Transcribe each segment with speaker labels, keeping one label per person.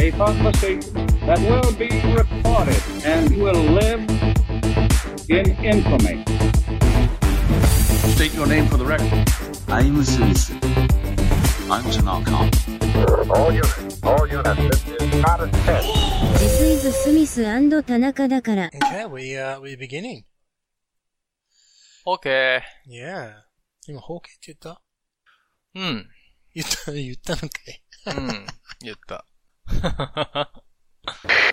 Speaker 1: a conversation that will be recorded and will live in infamy.
Speaker 2: State your name for the record.
Speaker 3: I'm a citizen. I was an archon.
Speaker 4: All units, all units, this is not a test.
Speaker 5: This is Smith 田中だから。
Speaker 6: Okay, we uh we're beginning.
Speaker 7: OK。
Speaker 6: Yeah. 今、方形って言った
Speaker 7: うん。
Speaker 6: 言った、 言ったのかい。
Speaker 7: うん。 言った。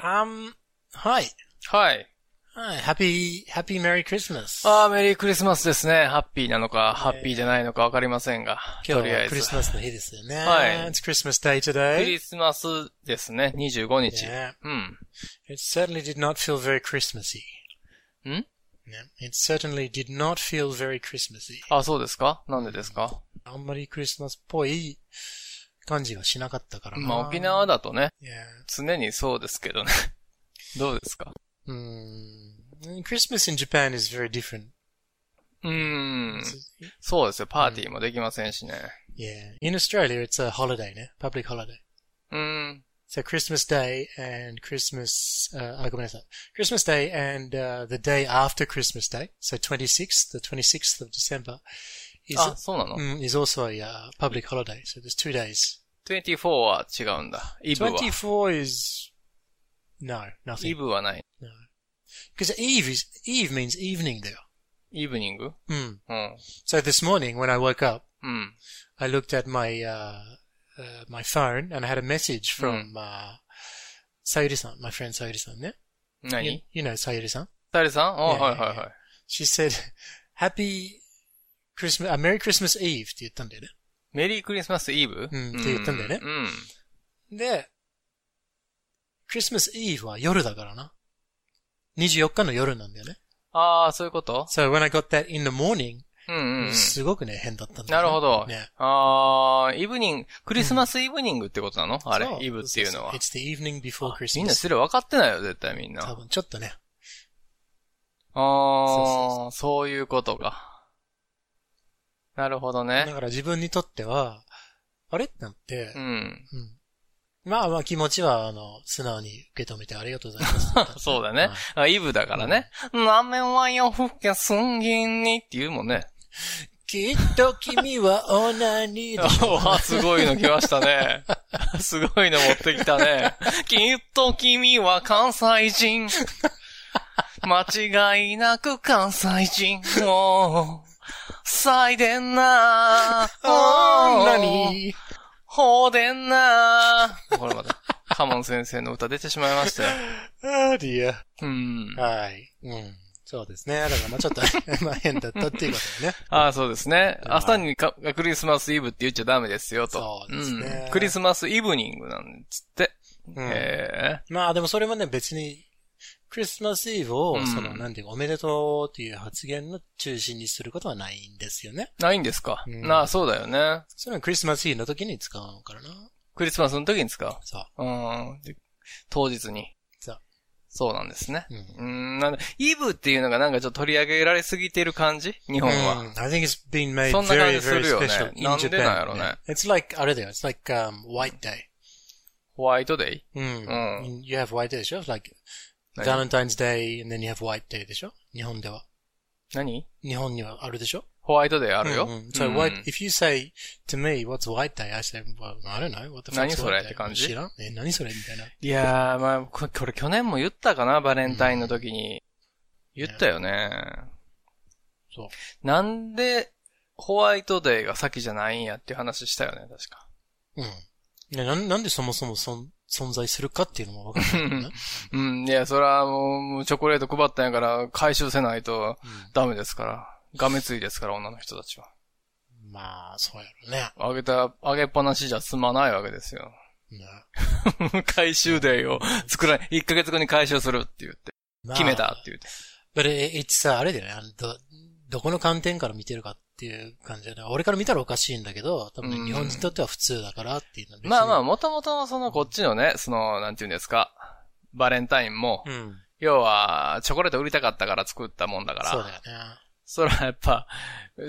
Speaker 6: um, hi.
Speaker 7: はい。
Speaker 6: Hi. Happy, happy Merry Christmas.
Speaker 7: ああ、メリークリスマスですね。ハッピーなのか、
Speaker 6: えー
Speaker 7: ハッピーじゃないのかわかりませんが。
Speaker 6: 今
Speaker 7: と
Speaker 6: 日
Speaker 7: りあ
Speaker 6: は
Speaker 7: えず。
Speaker 6: クリスマスの日ですよね。
Speaker 7: はい
Speaker 6: It's Christmas Day
Speaker 7: ク
Speaker 6: today.
Speaker 7: リスマスですね。25日。
Speaker 6: Yeah.
Speaker 7: うん。
Speaker 6: It certainly did not feel very Christmassy.
Speaker 7: ん
Speaker 6: Yeah. It certainly did not feel very Christmassy.
Speaker 7: あ、そうですかなんでですか
Speaker 6: あんまりクリスマスっぽい感じはしなかったからな。
Speaker 7: まあ、沖縄だとね、
Speaker 6: Yeah.
Speaker 7: 常にそうですけどね。 どうですか
Speaker 6: Mm. Christmas in Japan is very different.
Speaker 7: うーん。
Speaker 6: It's-
Speaker 7: そうですよ。パーティーもできませんしね。
Speaker 6: Yeah. In Australia, it's a holiday, no? Public holiday.
Speaker 7: うーん。
Speaker 6: So Christmas Day and Christmas, uh, ah, ごめんなさい Christmas Day and uh, the day after Christmas Day, so 26th, the 26th of December, is,
Speaker 7: あ、そうなの、
Speaker 6: mm, is also a uh, public holiday. So there's two days.
Speaker 7: 24は違うんだ。イブは。
Speaker 6: 24 is, no,
Speaker 7: イ
Speaker 6: nothing.
Speaker 7: ブはない。
Speaker 6: Because Eve is, Eve means evening there.
Speaker 7: イブニング
Speaker 6: Mm.
Speaker 7: うん。
Speaker 6: So this morning when I woke up,
Speaker 7: うん。
Speaker 6: I looked at my, uh, uh, my phone and I had a message
Speaker 7: Hmm.
Speaker 6: from, uh, Sayuri-san, my friend Sayuri-san, yeah?
Speaker 7: 何
Speaker 6: You, you know Sayuri-san?
Speaker 7: タレさんあ、
Speaker 6: いやいや
Speaker 7: はい
Speaker 6: いや
Speaker 7: はいはい。
Speaker 6: She said, Happy Christmas, uh, Merry Christmas Eve って言ったんだよね。
Speaker 7: メリークリスマスイブ
Speaker 6: うんって言ったんだよね
Speaker 7: うん。
Speaker 6: で、Christmas Eve は夜だからな。24日の夜なんだよね。
Speaker 7: ああ、そういうこと
Speaker 6: So when I got that in the morning,
Speaker 7: うんうんうん。
Speaker 6: すごくね、変だったんだ
Speaker 7: Hmm. な
Speaker 6: よね、
Speaker 7: るほど
Speaker 6: ね。。
Speaker 7: ああ、イブニング、クリスマスイブニングってことなのあれ
Speaker 6: そ、う
Speaker 7: イブっていうのは
Speaker 6: そ。そ It's the evening before
Speaker 7: みんな
Speaker 6: Christmas.
Speaker 7: それ分かってないよ、絶対みんな。
Speaker 6: 多
Speaker 7: あ
Speaker 6: 分、ちょっとね。そう
Speaker 7: あー、そういうことか。なるほど
Speaker 6: だ
Speaker 7: ね。
Speaker 6: から自分にとっては、あれってなって
Speaker 7: う、ん。
Speaker 6: うんまあまあ気持ちは、あの、素直に受け止めてありがとうございますって言ったんだよね。
Speaker 7: そうだね。あイブだからね。なめはよふけすんぎんにって言うもんね。
Speaker 6: きっと君はオナニーだ。
Speaker 7: おあ、すごいの来ました ね。すごいの持ってきたね。きっと君は関西人。間違いなく関西人。おー。祭でんな
Speaker 6: オ
Speaker 7: ー
Speaker 6: ナニー。
Speaker 7: ほうでんなーこれま た、カモン先生の歌出てしまいましたよ。
Speaker 6: ありや。
Speaker 7: うん。
Speaker 6: はい。うん。そうですね。だからまあちょっと、 まあ変だったっていうことだね。
Speaker 7: ああ、そうですね。
Speaker 6: はい
Speaker 7: 朝にかクリスマスイブって言っちゃダメですよ、と。
Speaker 6: そうですね
Speaker 7: んクリスマスイブニングなんつって。
Speaker 6: うん
Speaker 7: え
Speaker 6: まあでもそれもね別に、クリスマスイブを、
Speaker 7: うん
Speaker 6: その、なんていうか、おめでとうっていう発言の中心にすることはないんですよね。
Speaker 7: ー、ないんですか、
Speaker 6: うん
Speaker 7: なあ、そうだよね。
Speaker 6: それはクリスマスイブの時に使うからな。
Speaker 7: クリスマスの時にですか
Speaker 6: そう。
Speaker 7: うーん。で当日に。
Speaker 6: そう。
Speaker 7: そうなんですね。
Speaker 6: うん
Speaker 7: うーん、なんで、イブっていうのがなんかちょっと取り上げられすぎてる感じ日本は。
Speaker 6: I think it's been made
Speaker 7: そんな感
Speaker 6: very,
Speaker 7: じする
Speaker 6: very
Speaker 7: よね
Speaker 6: special in
Speaker 7: なんでなんや
Speaker 6: Japan.
Speaker 7: ろね
Speaker 6: It's like, あれだよ。It's like, um, white day.
Speaker 7: ホワイトデイ
Speaker 6: う
Speaker 7: うん
Speaker 6: ん。You have white day でしょ ?like,
Speaker 7: 何
Speaker 6: Valentine's Day and then you have white day でしょ日本では。
Speaker 7: 何
Speaker 6: 日本にはあるでしょ
Speaker 7: ホワイトデイあるよ。
Speaker 6: Mm, mm. So
Speaker 7: うん
Speaker 6: white, if you say to me, what's white day? I say, well, I don't know. What the
Speaker 7: 何
Speaker 6: fuck's
Speaker 7: それ
Speaker 6: white
Speaker 7: っ
Speaker 6: day?
Speaker 7: て感じ
Speaker 6: 知らんね何それみたいな。
Speaker 7: いやー、まあ、ここれ去年も言ったかな、バレンタインの時に。言ったよね。
Speaker 6: そう。
Speaker 7: なんで、ホワイトデーが先じゃないんやっていう話したよね、確か。
Speaker 6: うん。ね、なんなんでそもそもそん存在するかっていうのもわかんな いもんね。
Speaker 7: うん、いや、それはもう、もうチョコレート配ったんやから、回収せないとダメですから。がめついですから、女の人たちは。
Speaker 6: うんまあ、そうやろね。
Speaker 7: あげた、あげっぱなしじゃ済まないわけですよ。
Speaker 6: ね
Speaker 7: 回収デーを作らない。1ヶ月後に回収するって言って。
Speaker 6: まあ
Speaker 7: 決めたって言って。
Speaker 6: But it- it's, uh, あれだよねあの。ど、どこの観点から見てるかっていう感じだね。俺から見たらおかしいんだけど、多分ね
Speaker 7: うん
Speaker 6: 日本人にとっては普通だからっていうのは別に
Speaker 7: まあまあ、もともとそのこっちのね、その、なんて言うんですか。バレンタインも、
Speaker 6: うん。
Speaker 7: 要は、チョコレート売りたかったから作ったもんだから。
Speaker 6: そうだよね。
Speaker 7: それはやっぱ、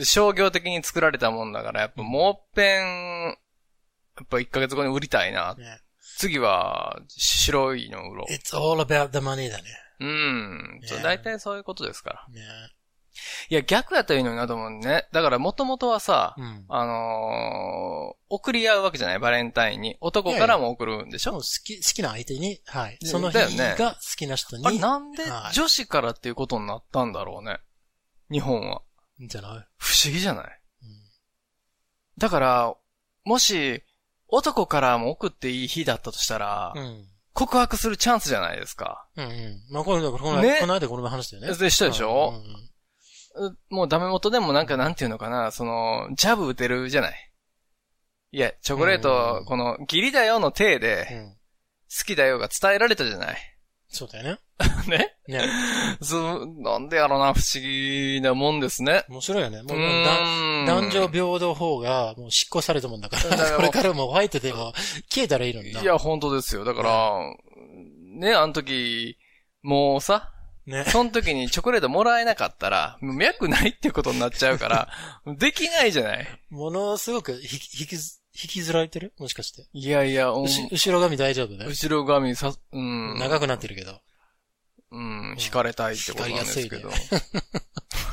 Speaker 7: 商業的に作られたもんだから、やっぱもうっぺん、やっぱ1ヶ月後に売りたいな。
Speaker 6: ね
Speaker 7: 次は、白いのを売ろう。
Speaker 6: It's all about the money だね。
Speaker 7: うん。そう
Speaker 6: Yeah.
Speaker 7: 大体そういうことですから。
Speaker 6: ね
Speaker 7: いや、逆やったらいいのになと思うね。だから、もともとはさ、
Speaker 6: うん。
Speaker 7: あのー送り合うわけじゃないバレンタインに。男からも送るんでし
Speaker 6: でも
Speaker 7: ょ
Speaker 6: 好き、好きな相手に、は
Speaker 7: ね
Speaker 6: い。その日
Speaker 7: だよね
Speaker 6: が好きな人に、
Speaker 7: あれなんで
Speaker 6: はい
Speaker 7: 女子からっていうことになったんだろうね。日本は。
Speaker 6: いいんじゃない
Speaker 7: 不思議じゃない
Speaker 6: うん
Speaker 7: だから、もし、男からも送っていい日だったとしたら、
Speaker 6: うん。
Speaker 7: 告白するチャンスじゃないですか。
Speaker 6: うんうん。まあ、この間、この間、
Speaker 7: ね
Speaker 6: この間この前話したよね。
Speaker 7: でしたでしょ
Speaker 6: うんうんうん
Speaker 7: うもうダメ元でもなんかなんていうのかな、その、ジャブ打てるじゃない。いや、チョコレー
Speaker 6: う
Speaker 7: ト
Speaker 6: ん、
Speaker 7: この、義理だよの体で、
Speaker 6: うん。
Speaker 7: 好きだよが伝えられたじゃ ない。
Speaker 6: そうだよ ね。
Speaker 7: ね
Speaker 6: ね。
Speaker 7: そう、なんでやろな、不思議なもんですね。
Speaker 6: 面白いよね。もう、
Speaker 7: う
Speaker 6: だ
Speaker 7: ーん
Speaker 6: 男女平等法がもう執行されたもんだか、
Speaker 7: だからら
Speaker 6: これからもうホワイトでも消えたらいいのにな。
Speaker 7: いや、本当ですよ。だから、ね、あの時、もうさ、
Speaker 6: ね。
Speaker 7: その時にチョコレートもらえなかったら、もう脈ないってことになっちゃう から、できないじゃない。
Speaker 6: ものすごく引き、引きず、引きずられてるもしかして。
Speaker 7: いやいや、おん
Speaker 6: うし後ろ髪大丈夫ね。
Speaker 7: 後ろ髪さ、うん。
Speaker 6: 長くなってるけど。
Speaker 7: うん、惹かれたいってことなんですけど
Speaker 6: 惹かれや。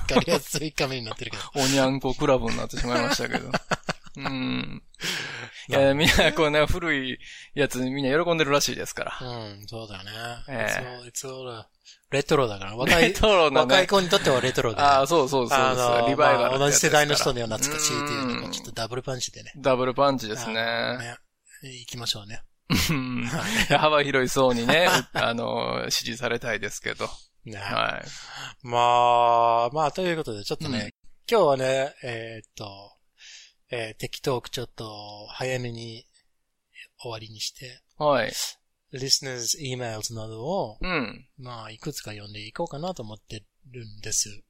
Speaker 6: ガリやすい髪になってる けど。
Speaker 7: おにゃんこクラブになってしまいましたけど。 うん。い
Speaker 6: ま
Speaker 7: や、みんな、こうね、古いやつみんな喜んでるらしいですから。
Speaker 6: うん、そうだね。
Speaker 7: え
Speaker 6: そう、そうだ。レトロだから。若
Speaker 7: レ
Speaker 6: い、
Speaker 7: トロなね
Speaker 6: 若い子にとってはレトロだね。
Speaker 7: ああ、そうそうそう
Speaker 6: あ
Speaker 7: そう
Speaker 6: の
Speaker 7: リバイバルってやつですから、
Speaker 6: まあ同じ世代の人には懐かしいっていうの
Speaker 7: う
Speaker 6: が、
Speaker 7: ん
Speaker 6: ちょっとダブルパンチでね。
Speaker 7: ダブルパンチです
Speaker 6: あの
Speaker 7: ね。。
Speaker 6: 行きましょうね。
Speaker 7: うん幅広い層にね、 あの、支持されたいですけど。
Speaker 6: ね
Speaker 7: はい。
Speaker 6: まあ、まあ、ということで、ちょっとね、
Speaker 7: うん
Speaker 6: 今日はね、えーっと、えー適当くちょっと早めに終わりにして、
Speaker 7: はい。
Speaker 6: listeners emails などを、
Speaker 7: うん。
Speaker 6: まあ、いくつか読んでいこうかなと思ってるんです。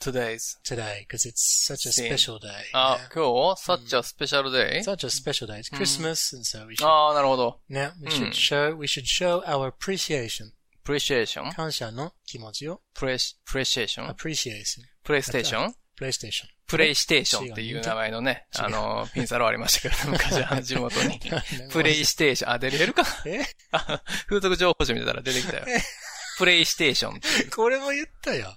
Speaker 7: today's.
Speaker 6: today, because it's such a
Speaker 7: See.
Speaker 6: special day.
Speaker 7: あ、
Speaker 6: ね
Speaker 7: 今日 such a special day?
Speaker 6: such a special day. It's Christmas, and so we should,
Speaker 7: ああ、なるほど。
Speaker 6: ね、we
Speaker 7: うん
Speaker 6: should show, we should show our appreciation.
Speaker 7: appreciation?
Speaker 6: 感謝の気持ちを、
Speaker 7: Pre- appreciation?
Speaker 6: appreciation.
Speaker 7: playstation?
Speaker 6: PlayStation.
Speaker 7: プレイステーションっていう名前のね、
Speaker 6: 違う
Speaker 7: あの、ピンサロありましたけ れども、昔、あの地元に。プレイステーション、あ、出れるか
Speaker 6: え
Speaker 7: あ風俗情報誌見てたら出てきたよ。プレイステーションって
Speaker 6: これも言ったよ。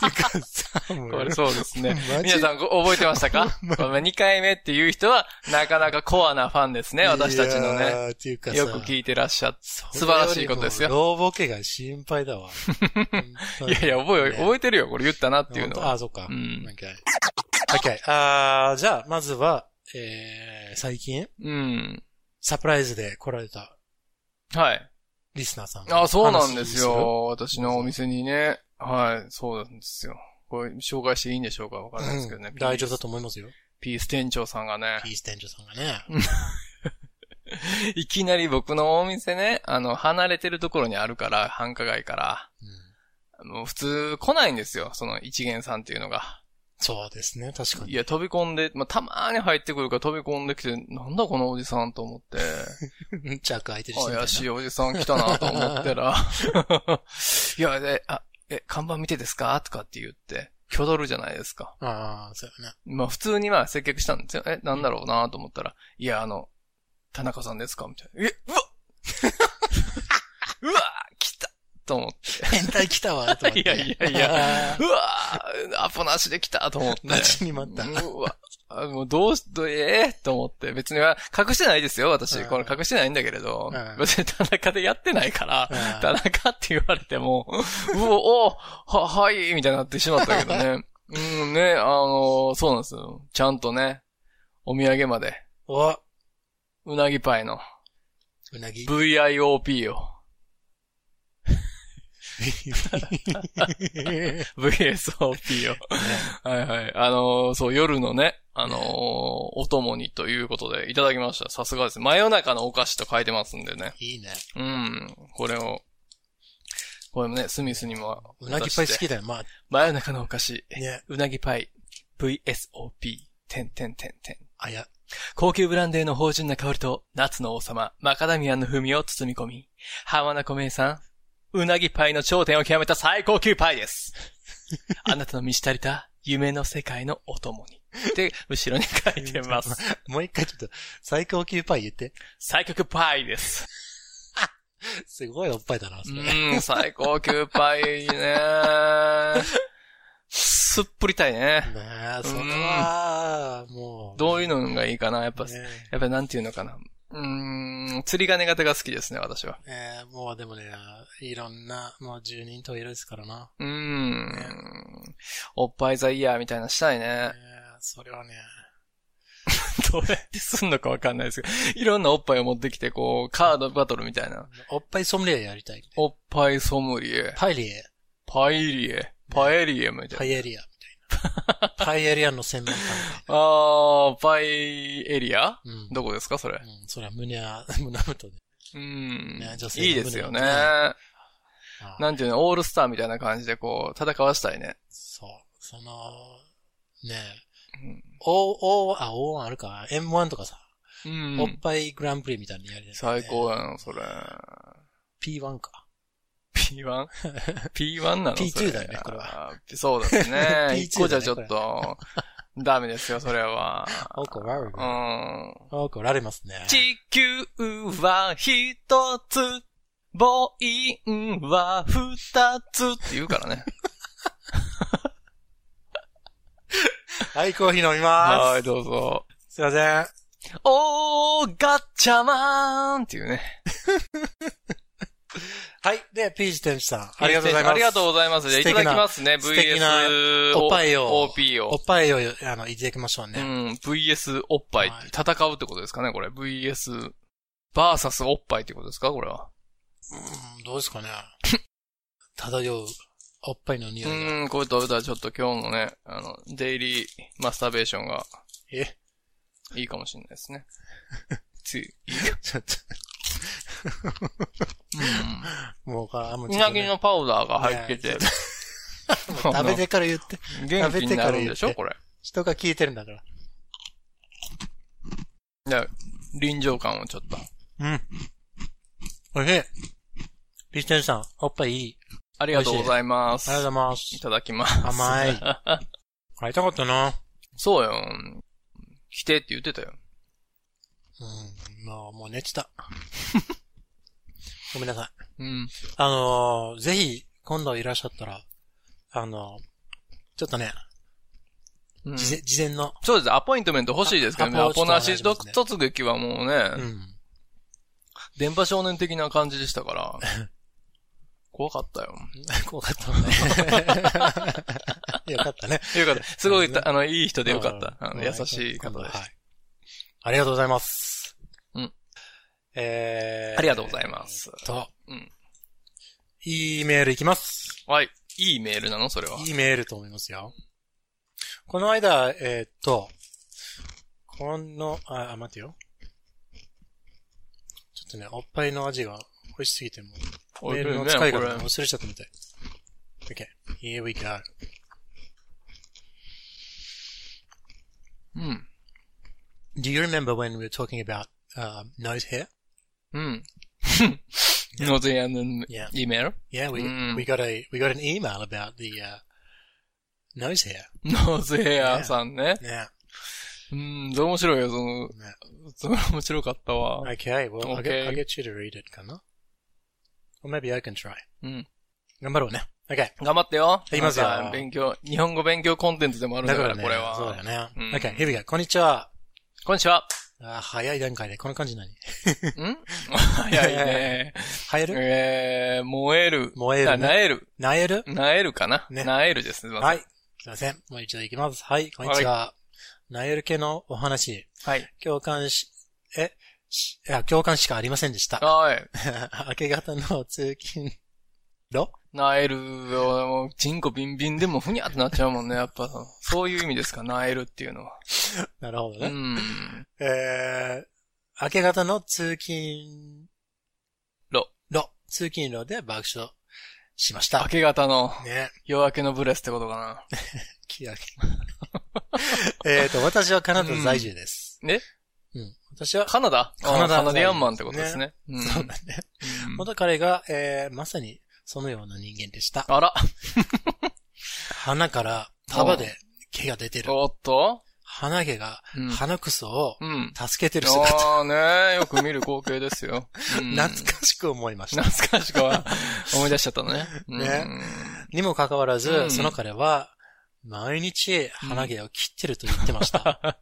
Speaker 6: てかさ、もう
Speaker 7: これそうですね
Speaker 6: マジ。
Speaker 7: 皆さんご覚えてました かこれ2回目っていう人は、なかなかコアなファンですね、私たちのね。
Speaker 6: いやー。っていうかさ
Speaker 7: よく聞いてらっしゃって。素晴らしいことですよ。
Speaker 6: 老ボケが心配だわ。
Speaker 7: いやいや、覚え、
Speaker 6: ね
Speaker 7: 覚えてるよ、これ言ったなっていうの
Speaker 6: あ
Speaker 7: は。
Speaker 6: あ、そっか。
Speaker 7: うん
Speaker 6: OK。OK。あーじゃあ、まずは、えー、最近、
Speaker 7: うん。
Speaker 6: サプライズで来られた
Speaker 7: はい。
Speaker 6: リスナーさん。
Speaker 7: あ、そうなんです。よ。私のお店にね。はい、そうなんですよ。これ、紹介していいんでしょうかわかんないですけどね
Speaker 6: うん。大丈夫だと思いますよ。
Speaker 7: ピース店長さんがね。
Speaker 6: ピース店長さんがね。
Speaker 7: いきなり僕のお店ね、あの、離れてるところにあるから、繁華街から。
Speaker 6: うん
Speaker 7: もう普通来ないんですよ、その一元さんっていうのが。
Speaker 6: そうですね、確か
Speaker 7: い
Speaker 6: に。
Speaker 7: や、飛び込んで、まあ、たまーに入ってくるから飛び込んできて、なんだこのおじさんと思 って、
Speaker 6: チャック開いてるしみたいな。
Speaker 7: 怪しいおじさん来たなと思ったら、 いや、で、あ、え、看板見てですかとかって言って、キョドルじゃないですか。
Speaker 6: ああ、そうよね。
Speaker 7: まあ、普通にまあ接客したんですよ。え、なんだろうなと思ったら、いや、あの、田中さんですかみたいな。え、うわ うわ来たと思って。
Speaker 6: 変態来たわ、と思って。
Speaker 7: いやいやいや、うわアポなしで来たと思って。
Speaker 6: 待ちに待った。
Speaker 7: うわ、あもうどうし、どええと思って。別には隠してないですよ、私。
Speaker 6: うん
Speaker 7: これ隠してないんだけれど
Speaker 6: うん。
Speaker 7: 別に田中でやってないから、
Speaker 6: うん
Speaker 7: 田中って言われても、 うお、お、は、はい、みたいになってしまったけどね。 うんね、あの、そうなんですよ。ちゃんとね、お土産まで、
Speaker 6: お、
Speaker 7: うなぎパイの
Speaker 6: うなぎ。
Speaker 7: VIOP を、VSOP を。はいはい。あのーそう、夜のね、あのーお供にということでいただきました。さすがです。真夜中のお菓子と書いてますんでね。
Speaker 6: いいね。
Speaker 7: うん。これを、これもね、スミスにも。
Speaker 6: うなぎパイ好き
Speaker 7: だ。
Speaker 6: だよ。まあ、
Speaker 7: 真夜中のお菓子。
Speaker 6: ね。
Speaker 7: うなぎパイ。VSOP。てんてんてんてん。
Speaker 6: あや。
Speaker 7: 高級ブランデーの芳醇な香りと、夏の王様、マカダミアンの風味を包み込み、浜名湖名産、うなぎパイの頂点を極め た最高級パイです。あなたの満ち足りた夢の世界のお供に。って、後ろに書いて ます。
Speaker 6: もう一回ちょっと、最高級パイ言って。
Speaker 7: 最極パイです。
Speaker 6: すごいおっぱいだな、
Speaker 7: う
Speaker 6: そ れ。
Speaker 7: ーん、最高級パイね。すっぷりたいね。
Speaker 6: まあ、そこは、もう。
Speaker 7: どういうのがいいかなやっぱ、
Speaker 6: ね
Speaker 7: やっぱなんていうのかな。うーん、釣り金型が好きですね、私は。
Speaker 6: えーもうでもね、いろんな、もう十人十色ですからな。
Speaker 7: うーん。おっぱいザイヤーみたいなのしたい
Speaker 6: え
Speaker 7: ね。
Speaker 6: ーそれはね、
Speaker 7: どうやってすんのかわかんないですけど。いろんなおっぱいを持ってきて、こう、カードバトルみたいな。
Speaker 6: おっぱいソムリエやりたい。
Speaker 7: おっぱいソムリエ、
Speaker 6: パイリエ、
Speaker 7: パエリエ、パエリエみた
Speaker 6: パ
Speaker 7: い
Speaker 6: イエリアみ たいな。パイエリアの専門家みたい
Speaker 7: な。あー、パイエリア
Speaker 6: な。うん。
Speaker 7: どこですかそれ。
Speaker 6: うん、それは胸は、胸元で。
Speaker 7: うん
Speaker 6: ね女。性の
Speaker 7: いいですよね。
Speaker 6: 胸あー
Speaker 7: なんていうの、オールスターみたいな感じでこう、戦わしたいね。
Speaker 6: そう。その、ね
Speaker 7: うん
Speaker 6: お、お、あ、O1 あるか。M1 とかさ、
Speaker 7: う
Speaker 6: おっ
Speaker 7: ん。
Speaker 6: ぱいグランプリみたいにやりたい、
Speaker 7: 最。高やん、それ。
Speaker 6: P1 か。
Speaker 7: P1?P1 なの
Speaker 6: P2
Speaker 7: それ
Speaker 6: だよねこれは。
Speaker 7: あーそうですね
Speaker 6: P2
Speaker 7: 一個じゃちょっと、ダメですよ、それは。
Speaker 6: 怒られる
Speaker 7: う。ん。
Speaker 6: 怒られますね。
Speaker 7: 地球は一つ、母音は二つって言うからね。
Speaker 6: はい、コーヒー飲みます。
Speaker 7: はい、どうぞ。
Speaker 6: すいません。
Speaker 7: おー、ガッチャマンっていうね。
Speaker 6: はい。で、ピーチ店主さん。ありがとうございます。
Speaker 7: ありがとうございます。じゃあ、い
Speaker 6: 素敵
Speaker 7: た
Speaker 6: な
Speaker 7: だきますね。
Speaker 6: 素敵な
Speaker 7: VS
Speaker 6: おっぱいを
Speaker 7: OP を
Speaker 6: お。っぱいを、あの、いっていきましょう
Speaker 7: う
Speaker 6: ね。
Speaker 7: ん、VS おっぱいって。戦うってことですかね、これ。VS、バーサスおっぱいってことですか、これは。
Speaker 6: うんどうです かね。漂う、おっぱいの匂
Speaker 7: う
Speaker 6: いが。
Speaker 7: ん、こういうと、ちょっと今日のね、あの、デイリーマスターベーションが
Speaker 6: え、
Speaker 7: いいかもしれないですね。つい、
Speaker 6: ちょっと、
Speaker 7: うん。
Speaker 6: もうか、もう
Speaker 7: う
Speaker 6: ちょっ
Speaker 7: な
Speaker 6: とね
Speaker 7: ぎのパウダーが入って
Speaker 6: い
Speaker 7: て
Speaker 6: や、 食べてから言って。
Speaker 7: 元気になるんでし
Speaker 6: 食べてから言って
Speaker 7: ょこれ。
Speaker 6: 人が聞いてるんだから。
Speaker 7: いや、臨場感をちょっと。
Speaker 6: うん。おいしい。ピーチ店主さん、おっぱいいい。
Speaker 7: ありがとうございま
Speaker 6: あ
Speaker 7: す
Speaker 6: り。がとうございま
Speaker 7: い
Speaker 6: す。
Speaker 7: ただきます。
Speaker 6: 甘い。会いたかったな。
Speaker 7: そうよ。来てって言ってたよ。
Speaker 6: うん、もう、もう寝てた。 ごめんなさい。
Speaker 7: うん。
Speaker 6: あのーぜひ、今度いらっしゃったら、あのーちょっとね、
Speaker 7: うん
Speaker 6: 事前事前の、
Speaker 7: そうです。アポイントメント欲しいですけどね。ア
Speaker 6: あアポ
Speaker 7: ポなし
Speaker 6: ちょっとお願いしますね
Speaker 7: 突撃はもう
Speaker 6: う
Speaker 7: ね、
Speaker 6: ん。
Speaker 7: 電波少年的な感じでした から。怖かったよ。
Speaker 6: 怖 かったもんね。よかったね。
Speaker 7: よかった。すごい、あの、いい人でよかった。
Speaker 6: うん
Speaker 7: あの
Speaker 6: うん
Speaker 7: 優しい方でした
Speaker 6: はい。ありがとうございます。
Speaker 7: うん。
Speaker 6: えー、
Speaker 7: ありがとうございます
Speaker 6: えーと、
Speaker 7: うん。
Speaker 6: いいメールいきます。
Speaker 7: はい。いいメールなのそれは。
Speaker 6: いいメールと思いますよ。この間、えーっと、この、あ、あ待てよ。ちょっとね、おっぱいの味が美味しすぎてもう、メールの使い方
Speaker 7: これ
Speaker 6: が忘れちゃったみたい。Okay, here we go.
Speaker 7: うん。
Speaker 6: Do you remember when we were talking about、um, nose hair?
Speaker 7: うん。のぜやの
Speaker 6: Yeah.
Speaker 7: E メール
Speaker 6: Yeah, we
Speaker 7: Mm.
Speaker 6: we got a we got an email about the uh, nose hair.
Speaker 7: ノーズヘアさんね。
Speaker 6: Yeah.
Speaker 7: うん、どう面白いよ、その、それ面白かったわ。
Speaker 6: Okay. Well, I'll, get,
Speaker 7: Okay.
Speaker 6: I'll get you to read it, Kana. Or maybe I can try.
Speaker 7: うん。
Speaker 6: 頑張ろうね。Okay.
Speaker 7: 頑張ってよ。
Speaker 6: いきますよ
Speaker 7: なんか勉強、日本語勉強コンテンツでもあるんだから、これは。
Speaker 6: そうだよね。
Speaker 7: うん。
Speaker 6: Okay, here we go. こんにちは。
Speaker 7: こんにちは。
Speaker 6: あ早い段階で、この感じ 何
Speaker 7: ん早いね。
Speaker 6: 生える
Speaker 7: えー、燃える。
Speaker 6: 燃える
Speaker 7: あ
Speaker 6: ね
Speaker 7: なえる。
Speaker 6: なえる
Speaker 7: なえるかな。
Speaker 6: ね
Speaker 7: なえるですね。。
Speaker 6: はいい。すいません。もう一度いきます。はい、こんにちは。なえる系のお話。
Speaker 7: はい。
Speaker 6: 共感し、え、しいや、共感しかありませんでした。
Speaker 7: はい。
Speaker 6: 明け方の通勤路
Speaker 7: なえるを、もう、チンコビンビンでもふにゃってなっちゃうもんね。やっぱ、そういう意味ですか、なえるっていうのは。
Speaker 6: なるほど
Speaker 7: う
Speaker 6: ね。
Speaker 7: ん。
Speaker 6: えー、明け方の通勤
Speaker 7: 路。
Speaker 6: 路。通勤路で爆笑しまし
Speaker 7: 明
Speaker 6: た。
Speaker 7: け方の
Speaker 6: ね。
Speaker 7: 夜明けのブレスってことか
Speaker 6: 気が えっと、私はカナダ在住です。
Speaker 7: な。ね
Speaker 6: うん。私は、
Speaker 7: カナダ
Speaker 6: カナダ
Speaker 7: あーカナディアンマンってことですね。うん
Speaker 6: そうだね。
Speaker 7: うん
Speaker 6: 元彼が、えー、まさにそのような人間でした。
Speaker 7: あら、
Speaker 6: 鼻から束で毛が出てる。
Speaker 7: おっと
Speaker 6: 鼻毛が
Speaker 7: うん。
Speaker 6: 鼻くそを
Speaker 7: うん。
Speaker 6: 助けてる姿、
Speaker 7: ああね、よく見る光景ですよ。うん
Speaker 6: 懐かしく思いました。
Speaker 7: 懐かしくは思い出しちゃったのね。うん
Speaker 6: ねにもかかわらず、
Speaker 7: うん
Speaker 6: その彼は、毎日鼻毛を切ってると言ってました。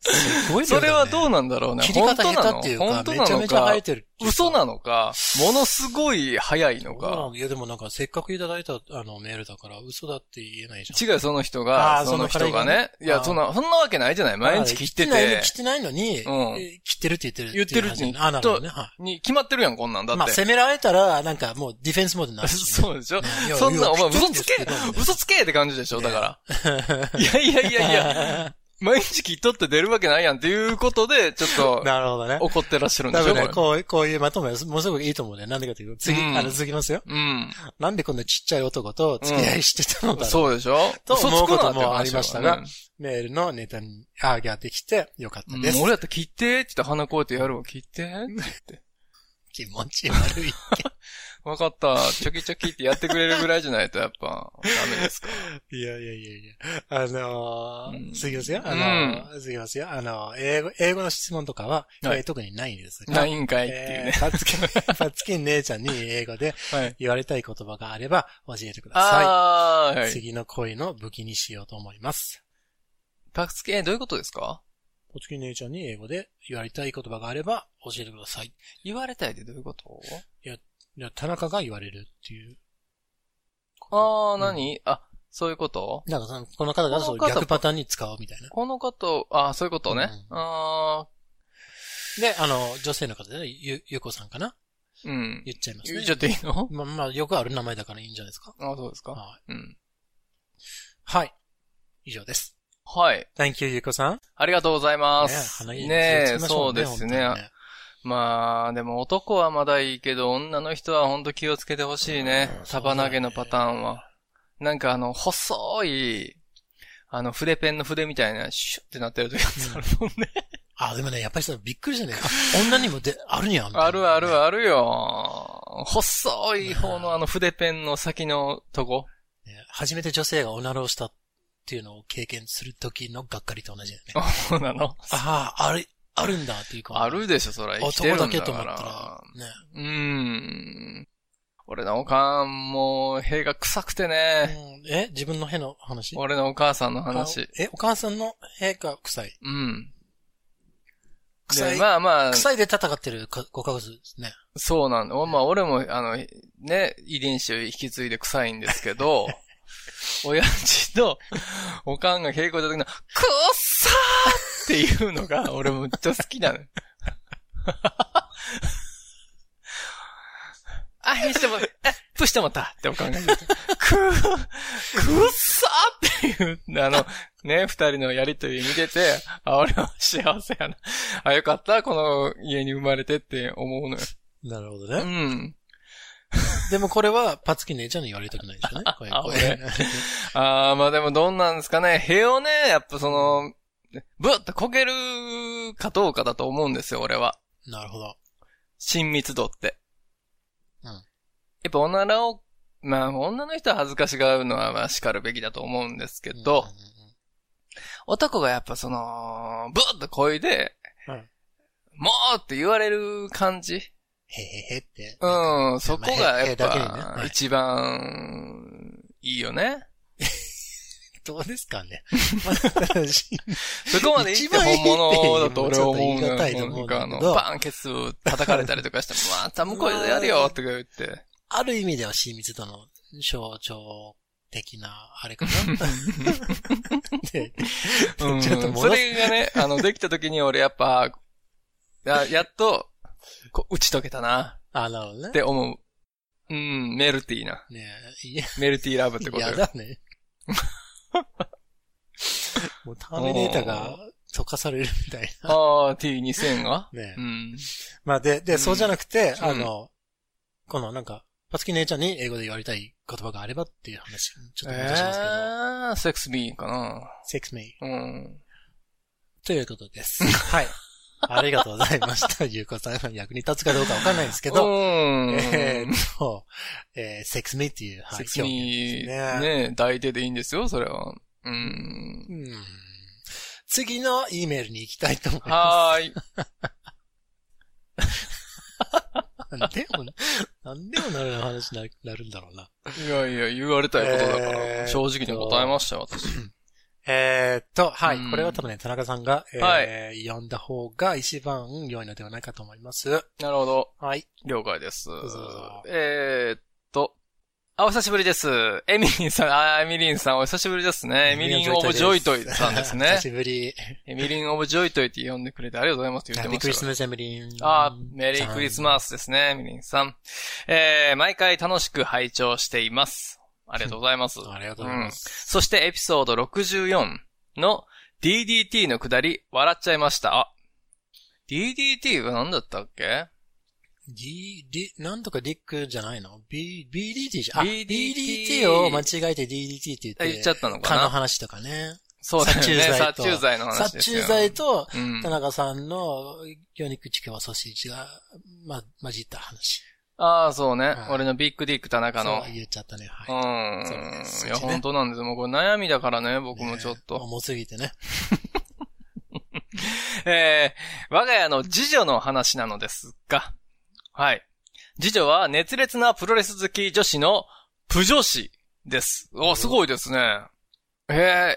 Speaker 6: すごい量
Speaker 7: そ
Speaker 6: だね
Speaker 7: れはどうなんだろうね。
Speaker 6: 切り方
Speaker 7: 本当な
Speaker 6: 下手
Speaker 7: の
Speaker 6: っていう
Speaker 7: 本
Speaker 6: か、
Speaker 7: 当
Speaker 6: め
Speaker 7: な
Speaker 6: ちゃ
Speaker 7: の
Speaker 6: めちゃ
Speaker 7: か
Speaker 6: 生えてるっていうか。
Speaker 7: 嘘なのか、ものすごい早いの
Speaker 6: そ
Speaker 7: か
Speaker 6: う。いや、でもなんか、せっかくいただいた、あの、メールだから、嘘だって言えないじゃん。
Speaker 7: 違うよ、その人
Speaker 6: あ
Speaker 7: が、
Speaker 6: ー
Speaker 7: その人が
Speaker 6: その彼がね
Speaker 7: ね。いや、そんな、そんなわけないじゃない。毎日切って
Speaker 6: まあ切ってない
Speaker 7: て
Speaker 6: の、切ってないのに、
Speaker 7: うん
Speaker 6: え切ってるって言ってる。
Speaker 7: 言ってる
Speaker 6: っ
Speaker 7: ってて
Speaker 6: いう話だねあ、なるほどね。は
Speaker 7: に決まってるやん、こんなんだ
Speaker 6: い。ま
Speaker 7: っ
Speaker 6: あ、
Speaker 7: て。
Speaker 6: 攻められたら、なんかもう、ディフェンスモードになるしね、
Speaker 7: そうでしょ
Speaker 6: いや
Speaker 7: そんな、
Speaker 6: い
Speaker 7: お
Speaker 6: や
Speaker 7: 前嘘つ
Speaker 6: 切っ
Speaker 7: け
Speaker 6: てるんですけど
Speaker 7: 嘘つけって感じでしょだから。いやいやいやい や、毎日切っとって出るわけないやんっていうことで、ちょっと、
Speaker 6: なるほどね。
Speaker 7: 怒ってらっしゃるんで
Speaker 6: 多
Speaker 7: しょ
Speaker 6: 分
Speaker 7: これ
Speaker 6: ね、こう、こういうまとめ、ものすごくいいと思うね。なんでかというと、次、
Speaker 7: うん
Speaker 6: あの、続きますよ。
Speaker 7: うん。
Speaker 6: なんでこんなちっちゃい男と付き合いしてたのだろう。
Speaker 7: そうでしょ
Speaker 6: と
Speaker 7: 嘘
Speaker 6: 思
Speaker 7: つ
Speaker 6: う
Speaker 7: く
Speaker 6: こと
Speaker 7: なって話
Speaker 6: もありましたが
Speaker 7: うん
Speaker 6: メールのネタに、あげできてよかった
Speaker 7: うん
Speaker 6: です。
Speaker 7: 俺だったら切ってって言ったら鼻こうやってやるわ、切って って言って。
Speaker 6: 気持ち悪い。
Speaker 7: わかった、チョキチョキってやってくれるぐらいじゃないとやっ ぱ、ダメですか。
Speaker 6: いやいやいやいや。あのー
Speaker 7: うん
Speaker 6: 続きますよ。あのー続きますよ。あのー英語、英語の質問とかは、
Speaker 7: はい
Speaker 6: えー特にないんですが。
Speaker 7: ないんかいっていう
Speaker 6: え
Speaker 7: ね。
Speaker 6: ーパツキン、パツキ ン姉ちゃんに英語で
Speaker 7: はい。
Speaker 6: 言われたい言葉があれば教えてくださ
Speaker 7: あー
Speaker 6: い。
Speaker 7: はい。
Speaker 6: 次の恋の武器にしようと思います。
Speaker 7: パクつけ、えどういうことですか
Speaker 6: パツキン姉ちゃんに英語で言われたい言葉があれば教えてください。
Speaker 7: 言われたいってどういうこと
Speaker 6: いや、田中が言われるっていう。
Speaker 7: あ
Speaker 6: う
Speaker 7: ー、
Speaker 6: ん
Speaker 7: 何、あ、そういうこと
Speaker 6: なんかその、この方がそう
Speaker 7: この方
Speaker 6: 逆パターンに使うみたいな。
Speaker 7: この方、あー、そういうことね。
Speaker 6: うん
Speaker 7: あ
Speaker 6: で、あの、女性の方でね、ゆ、ゆこさんかな
Speaker 7: ー、うん。
Speaker 6: 言っちゃいますね。
Speaker 7: 言っちゃっていいの
Speaker 6: まあ、まあ、よくある名前だからいいんじゃないですか。
Speaker 7: あー、そうですか。
Speaker 6: はい。
Speaker 7: うん。
Speaker 6: はい。以上です。
Speaker 7: はい。
Speaker 6: Thank you, ゆこさん。
Speaker 7: ありがとうございます。
Speaker 6: 鼻
Speaker 7: ね
Speaker 6: 毛
Speaker 7: え、
Speaker 6: 気をつけましょ
Speaker 7: そうですね。
Speaker 6: 本当に
Speaker 7: まあ、でも男はまだいいけど、女の人はほんと気をつけてほしいね
Speaker 6: うん。
Speaker 7: 束投げのパターンは。なんかあの、細い、あの、筆ペンの筆みたいな、シュッってなってる時あるもんね。
Speaker 6: あ、でもね、やっぱりさ、びっくりしたね。 あ女にもで、あるんやん。 みたいな
Speaker 7: あるあるあるよ。細い方のあの筆ペンの先のとこ。
Speaker 6: ね初めて女性がおならをしたっていうのを経験する時のがっかりと同じだよね。
Speaker 7: そうなの
Speaker 6: ああ、ある、あるんだっていうか。
Speaker 7: あるでしょ、そら。生きてる
Speaker 6: 男
Speaker 7: んだ
Speaker 6: だ
Speaker 7: から。
Speaker 6: けと思ったら、ね。
Speaker 7: うーん。俺のおかん、もう、屁が臭くてね。
Speaker 6: うんえ自分の屁の話
Speaker 7: 俺のお母さんの話。
Speaker 6: あえ、お母さんの屁が臭い。
Speaker 7: うん。
Speaker 6: 臭
Speaker 7: で、
Speaker 6: い。
Speaker 7: まあまあ、
Speaker 6: 臭いで戦ってるかご家族ですね。
Speaker 7: そうなんだ。おまあ俺も、あの、ね、遺伝子を引き継いで臭いんですけど、親父とおかんが稽古した時の、くっさーっていうのが、俺むっちゃ好きなの。あ、へしても、え、プしてもたっておかんが言うとくー、くっさーっていう、あの、ね、二人のやりとり見てて、あ、俺は幸せやな。あ、よかった、この家に生まれてって思うのよ。
Speaker 6: なるほど
Speaker 7: う
Speaker 6: ね。
Speaker 7: ん。
Speaker 6: でもこれは、パツキ姉ちゃんに言われたくな いでしょうね。これ
Speaker 7: あ
Speaker 6: これ
Speaker 7: ああ、まあでもどんなんですかね。塀をね、やっぱその、ぶっとこけるかどうかだと思うんですよ、俺は。
Speaker 6: なるほど。
Speaker 7: 親密度って。
Speaker 6: うん
Speaker 7: やっぱおならを、まあ女の人は恥ずかしがるのはまあ叱るべきだと思うんですけど、
Speaker 6: うんうんうん
Speaker 7: 男がやっぱその、ぶっとこいで、
Speaker 6: うん
Speaker 7: もうって言われる感じ。
Speaker 6: へへへって。
Speaker 7: うん、そこがやっ
Speaker 6: まあ塀だけにね
Speaker 7: ぱ
Speaker 6: はい
Speaker 7: 一番いいよね。
Speaker 6: どうですかね。まだ正しい
Speaker 7: そこまで行って本物だと俺は思うのよ。
Speaker 6: 一番いいっていうのもち
Speaker 7: なん
Speaker 6: ょっと言い難いと思うんだ
Speaker 7: か
Speaker 6: け
Speaker 7: あ
Speaker 6: ど
Speaker 7: の、バーンケツを叩かれたりとかして、また向こうでやるよとか言って。
Speaker 6: ある意味では親密度の象徴的な、あれかな。 で
Speaker 7: うん、
Speaker 6: ちょっと戻
Speaker 7: そ
Speaker 6: す
Speaker 7: れがね、あの、できた時に俺やっぱ、ややっと、こう、打ち解けたな、
Speaker 6: あ、なるほど
Speaker 7: っ
Speaker 6: ね。
Speaker 7: て思う。うん、メルティーな。
Speaker 6: ねいや、
Speaker 7: メルティーラブってこと
Speaker 6: 嫌
Speaker 7: よ。
Speaker 6: だ ね。もうターミネーターが溶かされるみたいな。
Speaker 7: ああ、T2000 が
Speaker 6: ね
Speaker 7: うん。
Speaker 6: まあで、で、
Speaker 7: うん
Speaker 6: そうじゃなくて、
Speaker 7: うん
Speaker 6: あの、このなんか、パツキ姉ちゃんに英語で言われたい言葉があればっていう話、ちょっと戻しますけど、
Speaker 7: えー、セックスビーンかな。
Speaker 6: Sex Me
Speaker 7: うん。
Speaker 6: というこ とです。はい。ありがとうございました。ゆうこさんの役に立つかどうかわかんないんですけ
Speaker 7: け
Speaker 6: ど、
Speaker 7: うん。
Speaker 6: えーっと、えー、Sex Me っていう、はい、
Speaker 7: セに、
Speaker 6: 表現ですね
Speaker 7: ね、抱いてでいいんですよ、それは。うん。
Speaker 6: うん。次の E メールに行きたいと思いま
Speaker 7: はーい。
Speaker 6: す。なんでも、なんでもなる話にななるんだろうな。
Speaker 7: いやいや、言われたい ことだから、
Speaker 6: えーっと
Speaker 7: 正直に答えましたよ、私。
Speaker 6: えーっと、は
Speaker 7: う
Speaker 6: い。
Speaker 7: ん
Speaker 6: これは多分ね、田中さんが、えー
Speaker 7: は
Speaker 6: 読んだ方が一番良いのではないかと思います。
Speaker 7: なるほど。
Speaker 6: はい。
Speaker 7: 了解です
Speaker 6: うぞ。
Speaker 7: えーっと、あ、お久しぶりです。エミリンさん、あー、エミリンさん、お久しぶりですね。エミリン・オブ・ジョイトイさんですね
Speaker 6: 久。しぶり。
Speaker 7: エミリン・オブ・ジョイトイって呼んでくれてありがとうございますって言って
Speaker 6: ハッピー
Speaker 7: ま
Speaker 6: クリ
Speaker 7: し
Speaker 6: ス
Speaker 7: たよ。
Speaker 6: マス、エミリン。
Speaker 7: あー、メリークリスマスですね、エミリンさん。えー、毎回楽しく拝聴しています。ありがとうございます。
Speaker 6: ありがとうございます。
Speaker 7: そしてエピソード64の DDT のくだり、笑っちゃいました。あ、DDT は何だったっけ
Speaker 6: D、D、なんとかディックじゃないの ?B、BDT じゃ、あ、
Speaker 7: BDT
Speaker 6: BDT を間違えて DDT って言って。
Speaker 7: あ言っちゃったのか
Speaker 6: 蚊の
Speaker 7: な
Speaker 6: 話とかね。
Speaker 7: そうだよね。殺
Speaker 6: 殺
Speaker 7: 虫
Speaker 6: 虫
Speaker 7: 剤の話で
Speaker 6: 殺
Speaker 7: すよ
Speaker 6: 虫剤と、
Speaker 7: うん
Speaker 6: 田。中さんの魚肉チキンはソーシージが、ま、混じった話。
Speaker 7: ああ、そうね
Speaker 6: は。い
Speaker 7: 俺のビッグディック田中の。
Speaker 6: そう言っちゃったね。はい。そうね
Speaker 7: うん。い
Speaker 6: そ
Speaker 7: や、
Speaker 6: っちね
Speaker 7: 本当なんです。もうこれ悩みだからね、僕もちょっ
Speaker 6: ね
Speaker 7: と。
Speaker 6: 重すぎてね。
Speaker 7: えー、我が家の次女の話なのですが、はい。次女は熱烈なプロレス好き女子のプ女子です。お、すごいですね。えー、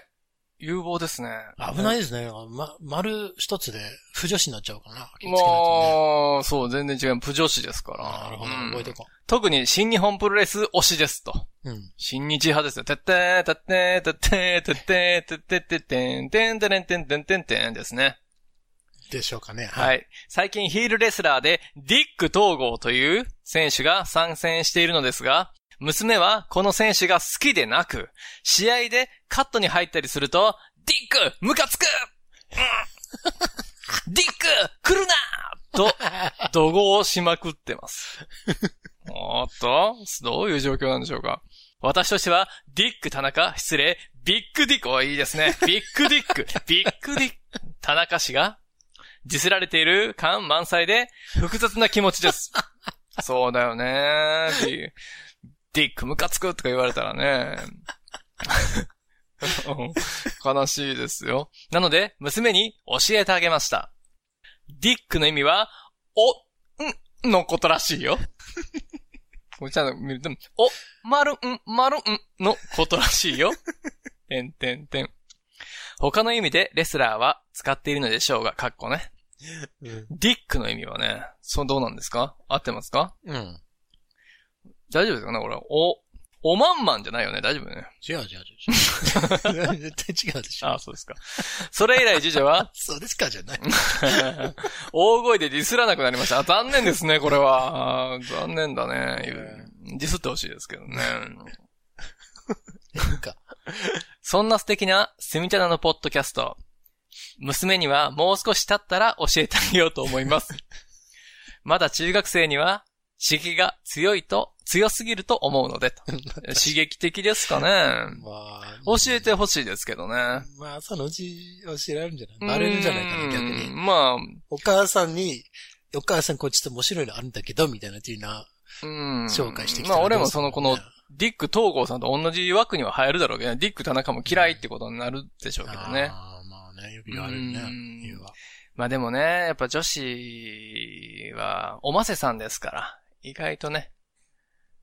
Speaker 7: 有望ですね。
Speaker 6: 危ないですね。ま、丸一つで、不女子になっちゃうかな。気をつけないとね。
Speaker 7: もう、そう、全然違う。プ女子ですから。
Speaker 6: なるほど。
Speaker 7: うん
Speaker 6: 覚えておこ
Speaker 7: 特に新日本プロレス推しですと。
Speaker 6: う。うん。
Speaker 7: 新日派ですよ。てってー、てってー、てってー、てってー、てってー、てってーん、てんてれんてんてんてんてんですね。
Speaker 6: でしょうかね。。
Speaker 7: はいい。最近ヒールレスラーでディック統合という選手が参戦しているのですが、娘はこの選手が好きでなく、試合でカットに入ったりすると、ディックムカつく、うん、ディック来るなと、怒号しまくってます。おーっと、どういう状況なんでしょうか。私としては、ディック田中、失礼、ビッグディック、おいいですね。ビッグディック、ビッグディック、田中氏が、ディスられている感満載で、複雑な気持ちです。そうだよねディディックムカつくとか言われたらね。 悲しいですよ。なので、娘に教えてあげました。ディックの意味は、お、ん、のことらしいよ。これちゃんと見ると、お、まるん、まるんのことらしいよ。てんてんてん。他の意味でレスラーは使っているのでしょうが、かっこね。
Speaker 6: うん。
Speaker 7: ディックの意味はね、そうどうなんですか合ってますか
Speaker 6: うん。
Speaker 7: 大丈夫ですかねこれ、お、おまんまんじゃないよね大丈夫ね
Speaker 6: 違う違う 違う違う。絶対違うでしょ。、
Speaker 7: あそうですか。 それ以来、次女は
Speaker 6: そうですかじゃない。
Speaker 7: 大声でディスらなくなりました。あ残念ですね、これは。あー残念だね。ディスってほしいですけどね。
Speaker 6: なんか。
Speaker 7: そんな素敵な、スミタナのポッドキャスト。娘にはもう少し経ったら教えてあげようと思い ます。まだ中学生には、刺激が強いと、強すぎると思うので と、刺激的ですかね。
Speaker 6: まあ。
Speaker 7: 教えてほしいですけどね。
Speaker 6: まあ、そのうち教えられるんじゃないバレるんじゃないか
Speaker 7: う
Speaker 6: な、
Speaker 7: ん
Speaker 6: 逆に。
Speaker 7: まあ、
Speaker 6: お母さんに、お母さんこっちと面白いのあるんだけど、みたいなっていうな、
Speaker 7: うん。
Speaker 6: 紹介してきた
Speaker 7: ま
Speaker 6: ら
Speaker 7: あ
Speaker 6: ど
Speaker 7: 俺
Speaker 6: うする
Speaker 7: もそのこの、ディック東郷さんと同じ枠には入るだろうけどね、ディック田中も嫌いってことになるでしょうけどね。
Speaker 6: ああ、まあね、よく言われるね
Speaker 7: うん。
Speaker 6: 言うわ。
Speaker 7: まあでもね、やっぱ女子は、おませさんですから、意外とね、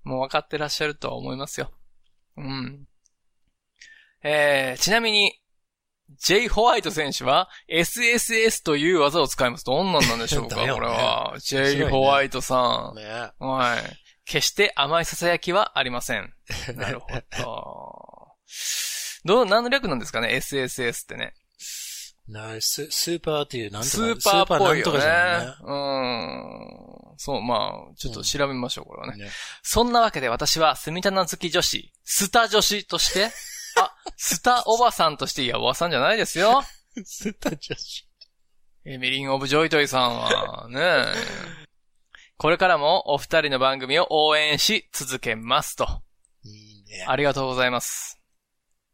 Speaker 7: もう分かってらっしゃるとは思いますよ。うん。えー、ちなみに、J. ホワイト選手は SSS という技を使います。どんなんなんでしょうか、
Speaker 6: だよね
Speaker 7: これは。
Speaker 6: 白い
Speaker 7: J.
Speaker 6: ね
Speaker 7: ホワイトさん。
Speaker 6: ね
Speaker 7: はい。決して甘い囁きはありません。なるほど。どう、何の略なんですかね ?SSS ってね。
Speaker 6: なススーパーっていう、なんとか、
Speaker 7: スーパーっぽい
Speaker 6: スー
Speaker 7: よ
Speaker 6: パーなんとか
Speaker 7: ね
Speaker 6: じゃないね。。
Speaker 7: うん。そう、まあ、ちょっと調べましょう、これはね。
Speaker 6: ね
Speaker 7: そんなわけで私は、住棚好き女子、スタ女子として、あ、スタおばさんとして、いや、おばさんじゃないですよ。
Speaker 6: スーパー女子。
Speaker 7: エミリン・オブ・ジョイトイさんは、ねえ。これからもお二人の番組を応援し続けますと。
Speaker 6: いいね。
Speaker 7: ありがとうございます。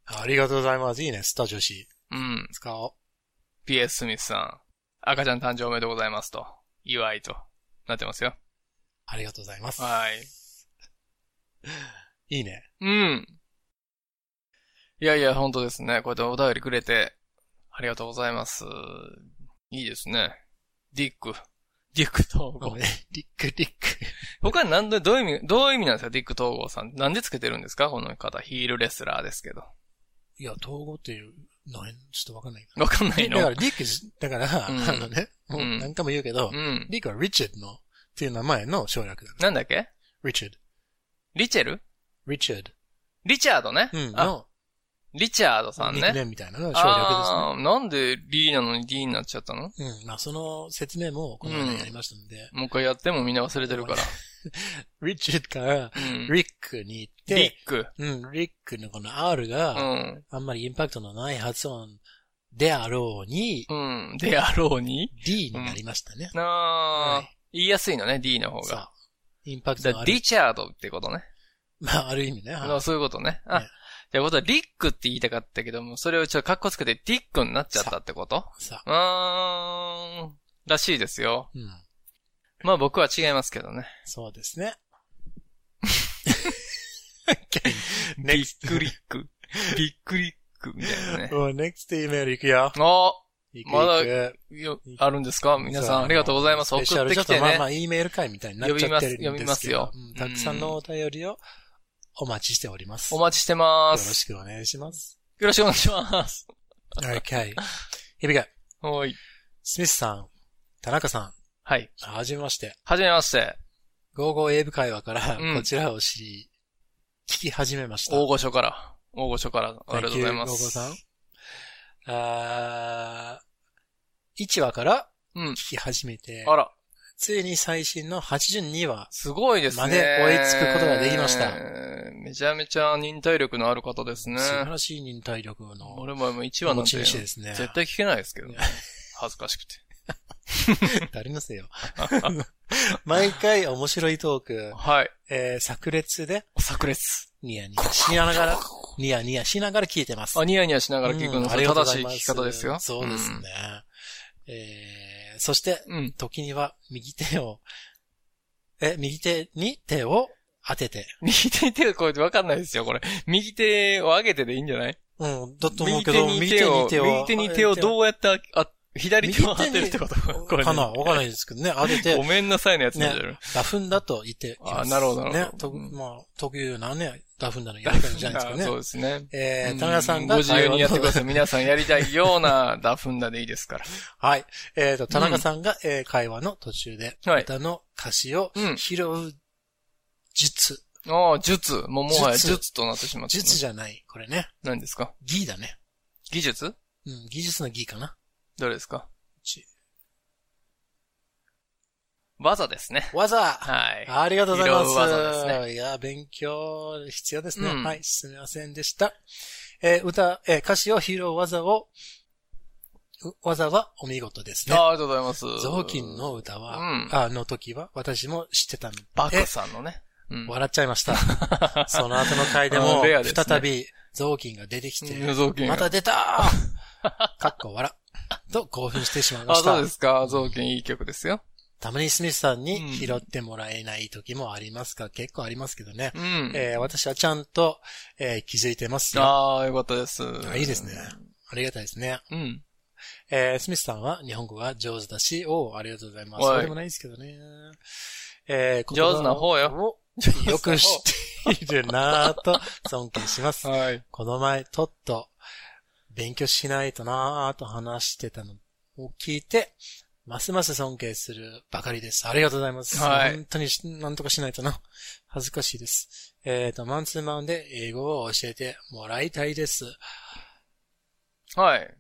Speaker 6: ありがとうございます。いいね、スター女子。
Speaker 7: うん。
Speaker 6: 使おう。
Speaker 7: PS スミスさん、赤ちゃん誕生おめでとうございますと。祝いと。なってますよ。
Speaker 6: ありがとうございます。
Speaker 7: はい。
Speaker 6: いいね。
Speaker 7: うん。いやいや、本当ですね。こうやってお便りくれて、ありがとうございます。いいですね。ディック。ディック統合。
Speaker 6: リックリック。
Speaker 7: 他に何で、どういう意味、どういう意味なんですかディック統合さん。なんでつけてるんですかこの方。ヒールレスラーですけど。
Speaker 6: いや、統合っていう、なんちょっとわかんないけど。
Speaker 7: わかんない
Speaker 6: だから、
Speaker 7: の。
Speaker 6: リックズ、だから、
Speaker 7: うん
Speaker 6: あのね、もう
Speaker 7: うん
Speaker 6: 何回も言うけど、
Speaker 7: うん。
Speaker 6: リックはリチャードの、っていう名前の省略だから。
Speaker 7: なんだっけ
Speaker 6: リチャード。
Speaker 7: リチェル
Speaker 6: リチャード。
Speaker 7: リチャードね。
Speaker 6: うん。
Speaker 7: あ、
Speaker 6: の、
Speaker 7: リチャードさん
Speaker 6: ニ
Speaker 7: ね
Speaker 6: ック。ネームみたいなのが省略
Speaker 7: ああー、なんでリーなのに D になっちゃったの
Speaker 6: ですね。うん。まあ、その説明もこの間やりましたので、
Speaker 7: もう一回やってもみんな忘れてるから。
Speaker 6: リチャードから
Speaker 7: うん。
Speaker 6: リックに行っ
Speaker 7: リッ
Speaker 6: て、
Speaker 7: ク。
Speaker 6: うん、リックのこの R
Speaker 7: う
Speaker 6: が、
Speaker 7: ん。
Speaker 6: あんまりインパクトのない発音であろうに、
Speaker 7: うん。であろうに
Speaker 6: D になりましたね。
Speaker 7: な
Speaker 6: は
Speaker 7: あ
Speaker 6: い、
Speaker 7: 言いやすいのね、D の方
Speaker 6: そ
Speaker 7: が。
Speaker 6: う。インパクト
Speaker 7: だ
Speaker 6: のある
Speaker 7: リ。チャードってことね。
Speaker 6: まあ、ある意味ね。はい
Speaker 7: あそういうことね。あ
Speaker 6: ね、
Speaker 7: じゃあことはリックって言いたかったけども、それをちょっとカッコつけてディックになっちゃったってこと
Speaker 6: さ
Speaker 7: うーん。らしいですよ。
Speaker 6: うん。
Speaker 7: まあ僕は違いますけどね。
Speaker 6: そうで すね。
Speaker 7: ビックリック。ビックリックみたいなね。
Speaker 6: もう、next email 行くよ。
Speaker 7: あ
Speaker 6: 行く
Speaker 7: まだ
Speaker 6: 行く
Speaker 7: よ、あるんですか皆さんありがとうございます。送
Speaker 6: スペシャ
Speaker 7: っ
Speaker 6: ル
Speaker 7: てき
Speaker 6: ちょ
Speaker 7: て
Speaker 6: っとまあ
Speaker 7: ね
Speaker 6: ま。あ、E メール会みたいになっちゃってるんですけど。
Speaker 7: 呼びますよ
Speaker 6: うんたくさんのお便りをお待ちしております。
Speaker 7: お
Speaker 6: よ
Speaker 7: 待ちしてま
Speaker 6: ろ
Speaker 7: す。
Speaker 6: しくお願いします。
Speaker 7: よろしくお願いします。
Speaker 6: okay. Here we go.
Speaker 7: はい。
Speaker 6: スミスさん、田中さん、
Speaker 7: はい。
Speaker 6: はじめまして。
Speaker 7: はじめまして。
Speaker 6: ゴーゴー英語会話から
Speaker 7: うん
Speaker 6: こちらを知り、聞き始めました。
Speaker 7: 大御所から。大御所から。ありがとうございま
Speaker 6: Thank you ゴーゴー
Speaker 7: す。
Speaker 6: さん。あー1話から
Speaker 7: うん。
Speaker 6: 聞き始めて、
Speaker 7: あら、
Speaker 6: ついに最新の82話。
Speaker 7: すごいですね。
Speaker 6: まで追いつくことができました
Speaker 7: めちゃめちゃ忍耐力のある方ですね
Speaker 6: 素。晴らしい忍耐力の
Speaker 7: 俺ももう1話な
Speaker 6: 持
Speaker 7: んて
Speaker 6: ち、主ですね。
Speaker 7: 絶対聞けないですけどね
Speaker 6: い。
Speaker 7: 恥ずかしくて。
Speaker 6: 誰のせいよ。毎回面白いトーク、
Speaker 7: はい。
Speaker 6: えー、炸裂で
Speaker 7: 炸裂。
Speaker 6: ニヤニヤしながら、ニヤニヤしながら聞いてます。
Speaker 7: あ、ニヤニヤしながら聞く
Speaker 6: う
Speaker 7: の、
Speaker 6: ん
Speaker 7: そ
Speaker 6: あ
Speaker 7: れ
Speaker 6: りがとうご
Speaker 7: 正し
Speaker 6: ざい
Speaker 7: い聞
Speaker 6: ます
Speaker 7: き方ですよ。
Speaker 6: そうですね。えー、そして、
Speaker 7: うん。 うん。
Speaker 6: 時には右手を、え、右手に手を当てて。
Speaker 7: 右手に手をこうやってわかんないですよ、これ。右手を上げてでいいんじゃない
Speaker 6: うん、だと思う
Speaker 7: 右
Speaker 6: け
Speaker 7: 手
Speaker 6: ど、
Speaker 7: に手を、右手に手を
Speaker 6: う
Speaker 7: どうやってあ、あ左手を当てるってことこれね
Speaker 6: かなわかんないですけどね、当てて
Speaker 7: ご。めんなさいのやつなん
Speaker 6: ね
Speaker 7: じゃない、
Speaker 6: ダフンだと言っています。
Speaker 7: あなるほどなる
Speaker 6: ね
Speaker 7: ほ、ど
Speaker 6: と
Speaker 7: うん
Speaker 6: まあ、特有なね、ダフンだのやり方じゃない ですか
Speaker 7: そう
Speaker 6: ね。
Speaker 7: ですね。
Speaker 6: え
Speaker 7: う
Speaker 6: ー、田中さんが
Speaker 7: ご自由にやってくだ
Speaker 6: い。
Speaker 7: さい。皆さんやりたいようなダフンダでいいですから。
Speaker 6: はい。えっと、田中さんが、えー会話の途中で、
Speaker 7: はい
Speaker 6: 歌の歌詞を
Speaker 7: うん
Speaker 6: 拾う術。
Speaker 7: ああ、術。もうもはや
Speaker 6: 術
Speaker 7: 術となってしまった、
Speaker 6: 術じゃない。これね。
Speaker 7: 何ですか
Speaker 6: 技だね。
Speaker 7: 技術
Speaker 6: うん、技術の技かな。
Speaker 7: どれですか
Speaker 6: ち
Speaker 7: 技ですね。
Speaker 6: 技
Speaker 7: はい。
Speaker 6: ありがとうございます。
Speaker 7: いろいろ技
Speaker 6: いや、勉強必要ですね。
Speaker 7: うん
Speaker 6: はい、すみませんでした。えー歌、えー歌詞を披露技を、う技はお見事ですね
Speaker 7: あ。ありがとうございます。
Speaker 6: 雑巾の歌は、
Speaker 7: うん
Speaker 6: あの時は私も知ってたの
Speaker 7: バ
Speaker 6: で
Speaker 7: ク、さんのね。うん。
Speaker 6: 笑っちゃい ました。その後の回で
Speaker 7: あ
Speaker 6: も、
Speaker 7: レアですね
Speaker 6: 再び雑巾が出てきて、
Speaker 7: うん雑巾が
Speaker 6: また出たーかっこ笑。と興奮してしまいま
Speaker 7: あ、
Speaker 6: した。
Speaker 7: そうですか。雑巾いい曲ですよ。
Speaker 6: たまにスミスさん
Speaker 7: う
Speaker 6: に
Speaker 7: ん
Speaker 6: 拾ってもらえない時もありますか、結構ありますけどね。
Speaker 7: うん。
Speaker 6: えー私はちゃんと、えー気づいてますよ。
Speaker 7: ああ、よかったです。
Speaker 6: いいですね。ありがたいですね。
Speaker 7: うん。
Speaker 6: えースミスさんは日本語が上手だし、おうありがとうございます。
Speaker 7: はい
Speaker 6: そうでもないですけどね。えー
Speaker 7: 上手な方よ。
Speaker 6: 言葉を よく知っているなぁと尊敬し ます。
Speaker 7: はい。
Speaker 6: この前、とっと勉強しないとなぁと話してたのを聞いて、ますます尊敬するばかりです。ありがとうございます。
Speaker 7: はい
Speaker 6: 本当にしなんとかしないとな。恥ずかしいです。えっ、と、マンツーマンで英語を教えてもらいたいです。
Speaker 7: はい。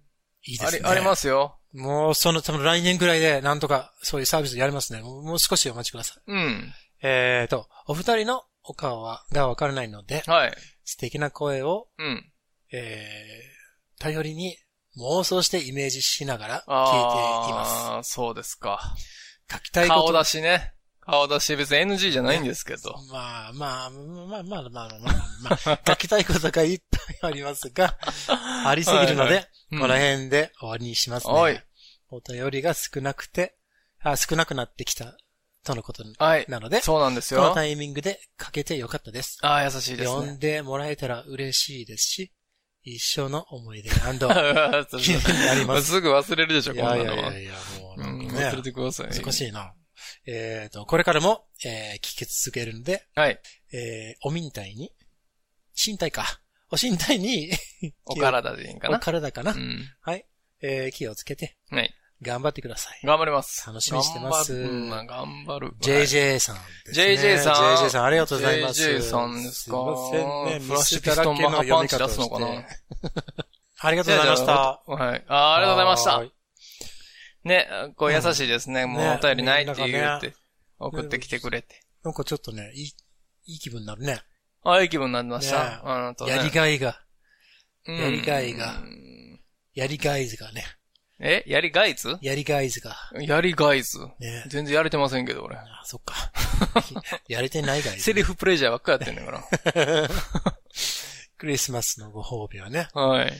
Speaker 6: いいで
Speaker 7: あ
Speaker 6: す
Speaker 7: り
Speaker 6: ね。、
Speaker 7: ありますよ。
Speaker 6: もう、その、多分来年ぐらいで、なんとか、そういうサービスやりますね。もうもう少しお待ちください。
Speaker 7: うん。
Speaker 6: えっ、と、お二人のお顔は、がわからないので、
Speaker 7: はい。
Speaker 6: 素敵な声を
Speaker 7: うん。
Speaker 6: えー頼りに妄想してイメージしながら聞
Speaker 7: あ
Speaker 6: いています。
Speaker 7: あ、そうですか。
Speaker 6: 書きたいこと。
Speaker 7: 顔出しね。顔出し別に NG じゃないんですけど。
Speaker 6: まあまあ、まあまあまあまあまあ、まあ、書きたいことがいっぱいありますが、ありすぎるの
Speaker 7: はいは
Speaker 6: で、
Speaker 7: うん
Speaker 6: この辺で終わりにします
Speaker 7: は
Speaker 6: ね
Speaker 7: い。
Speaker 6: お便りが少なくて、あ少なくなってきたとのこと
Speaker 7: はい。
Speaker 6: なので、こ
Speaker 7: そうなんです
Speaker 6: の
Speaker 7: よ。
Speaker 6: タイミングで書けてよかったです。
Speaker 7: ああ、優しいです
Speaker 6: 読
Speaker 7: ね。
Speaker 6: んでもらえたら嬉しいですし、一生の思い出
Speaker 7: それ
Speaker 6: 気になります
Speaker 7: すぐ忘れるでしょ、
Speaker 6: い
Speaker 7: こんな
Speaker 6: や
Speaker 7: の
Speaker 6: い
Speaker 7: は。
Speaker 6: やいやいや、も
Speaker 7: う
Speaker 6: うなん
Speaker 7: ん、
Speaker 6: か
Speaker 7: 忘れ
Speaker 6: ね、
Speaker 7: てください。
Speaker 6: 難しいな。えっ、と、これからも、えー聞き続けるので、
Speaker 7: はい。
Speaker 6: えーお身体に、身体か。お身体に、
Speaker 7: お体でいいんか
Speaker 6: お
Speaker 7: な。
Speaker 6: 体かな。
Speaker 7: うん。
Speaker 6: はい。えー気をつけて、
Speaker 7: はい。
Speaker 6: 頑張ってください。
Speaker 7: 頑張ります。
Speaker 6: 楽しみにしてます
Speaker 7: 頑張るうんまあ頑張る。
Speaker 6: JJ さんですね、
Speaker 7: JJ さん
Speaker 6: JJ さん、ありがとうございます。
Speaker 7: JJ さんですか
Speaker 6: すいませんね。
Speaker 7: フラッシュ
Speaker 6: ミスだらけ
Speaker 7: ピスト
Speaker 6: の
Speaker 7: ンバッハパンチ
Speaker 6: 読み方を
Speaker 7: 出すの かな
Speaker 6: してありがとうございまし
Speaker 7: じゃ
Speaker 6: た。
Speaker 7: はい。あーありがとうございました
Speaker 6: は。い
Speaker 7: ね、こう優しいですね。もう
Speaker 6: ね
Speaker 7: お便りないって
Speaker 6: みん
Speaker 7: 言
Speaker 6: な
Speaker 7: っ
Speaker 6: がね
Speaker 7: て、送ってきてくれて。
Speaker 6: なんかちょっとね、いい、いい気分になるね。
Speaker 7: ああ、いい気分になりまし
Speaker 6: ね
Speaker 7: た。あなたね
Speaker 6: やりがいが、
Speaker 7: うん
Speaker 6: やりがいがやりがい図がね。
Speaker 7: えやりがいズ
Speaker 6: やりがい図が。
Speaker 7: やりがいズ
Speaker 6: ね。
Speaker 7: 全然やれてませんけど、俺。
Speaker 6: あ、そっ か。やれてないがい
Speaker 7: セリフプレジャーばっかやってんねんか
Speaker 6: クリスマスのご褒美はね、
Speaker 7: ら。はい。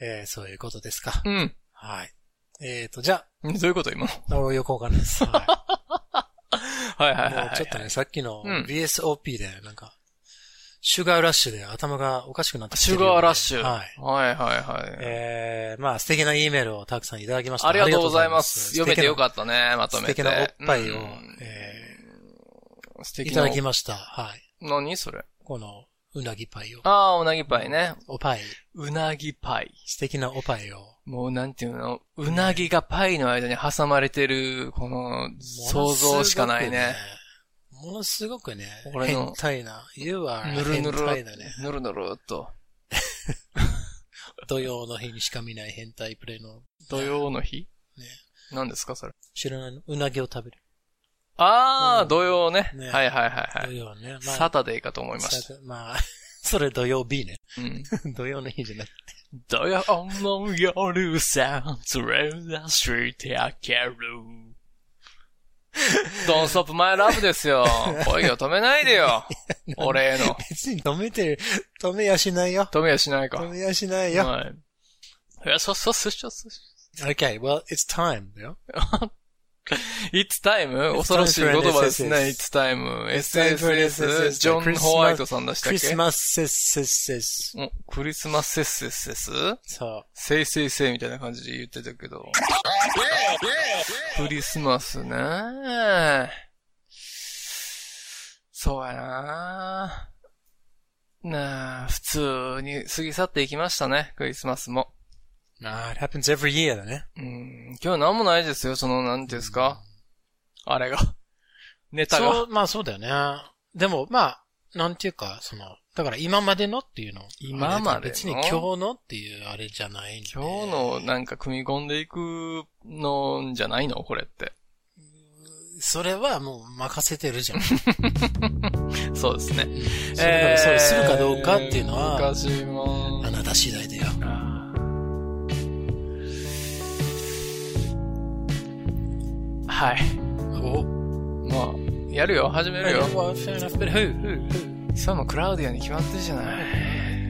Speaker 6: えーそういうことですか。
Speaker 7: うん。
Speaker 6: はい。えーと、じゃ
Speaker 7: どういうこと今の
Speaker 6: あ、およくわかんないです。はい。
Speaker 7: はい はいはい
Speaker 6: も
Speaker 7: は
Speaker 6: うちょっ
Speaker 7: い。
Speaker 6: とね、さっきの
Speaker 7: うん
Speaker 6: BSOP で、なんか、シュガーラッシュで頭がおかしくなってきて
Speaker 7: シ
Speaker 6: る
Speaker 7: ュ
Speaker 6: ようで
Speaker 7: ガーラッシュ。
Speaker 6: はい。
Speaker 7: はいはいはい。
Speaker 6: えー、まあ素敵な E メールをたくさんいただきました。
Speaker 7: ありがとうございます。読めてよ
Speaker 6: っ
Speaker 7: かったね、まとめて。
Speaker 6: 素敵なおっぱいを
Speaker 7: うん
Speaker 6: え
Speaker 7: 素
Speaker 6: たい
Speaker 7: 敵
Speaker 6: た
Speaker 7: な
Speaker 6: だ。きました。はい。
Speaker 7: 何それ。
Speaker 6: この、うなぎパイを。
Speaker 7: ああ、うなぎパイね。
Speaker 6: おパイ。
Speaker 7: うなぎパイ。
Speaker 6: 素敵なおパイを。
Speaker 7: もうなんていうの、うなぎがパイの間に挟まれてる、この、想像しかないね。
Speaker 6: ものすごくね。ものす
Speaker 7: 俺
Speaker 6: ごくね、
Speaker 7: の
Speaker 6: 変態な。You are
Speaker 7: ぬるぬ
Speaker 6: 変
Speaker 7: る
Speaker 6: 態だね。、
Speaker 7: ぬるぬるっと。
Speaker 6: 土曜の日にしか見ない変態プレイの。
Speaker 7: 土曜の日
Speaker 6: ね
Speaker 7: 何ですかそれ。
Speaker 6: 知らないのうなぎを食べる。
Speaker 7: ああ、
Speaker 6: うん
Speaker 7: 土曜ね。
Speaker 6: ね
Speaker 7: はいはいはいは
Speaker 6: 土
Speaker 7: い。
Speaker 6: 曜ね。まあ
Speaker 7: サタデーかと思いました。
Speaker 6: さまあ、 それ土曜 B ね。
Speaker 7: うん。
Speaker 6: 土曜の日じゃなくて。
Speaker 7: 土曜の夜さ、連れ出してあげる。ドンストップマイラブですよ。声を止めないでよ。俺への。
Speaker 6: 別に止めてる。止めやしないよ。
Speaker 7: 止めはしないか。
Speaker 6: 止めやしないよ。
Speaker 7: はい。いや、そうそうそうそうそう。
Speaker 6: Okay, well, it's time だよ。
Speaker 7: It's time?
Speaker 6: It's
Speaker 7: 恐ろしい言葉ですね。
Speaker 6: time
Speaker 7: It's time.
Speaker 6: time for an SSS
Speaker 7: SSS。ジョン・ホワイトさんでした
Speaker 6: ク
Speaker 7: っ
Speaker 6: リス
Speaker 7: け
Speaker 6: マスセスセスセス。
Speaker 7: うんクリスマスセスセスセス
Speaker 6: そ
Speaker 7: せいせいせいみたいな感じで言ってたけど。クリスマスね。そうやな。なあ、普通に過ぎ去っていきましたね、クリスマスも。
Speaker 6: う。まあ、it happens every year だね。
Speaker 7: うん、今日なんもないですよ、その、なんていうんですか。あれが。ネタ
Speaker 6: そ
Speaker 7: が。
Speaker 6: う、まあそうだよね。でも、まあ、なんていうか、その、だから今までのっていうの。
Speaker 7: 今までの
Speaker 6: あれだから別に今日のっていうあれじゃないんで。
Speaker 7: 今日のなんか組み込んでいくのんじゃないのこれって。
Speaker 6: それはもう任せてる じゃん。
Speaker 7: そうですね。
Speaker 6: それがそれするかどうかっていうのは
Speaker 7: えー難しいもん
Speaker 6: あなた次第だよ。
Speaker 7: あーはい。
Speaker 6: お
Speaker 7: もう、やるよ。始めるよ。
Speaker 6: fair enough, but who? Who? Who?
Speaker 7: それもクラウディアに決まってるじゃない。う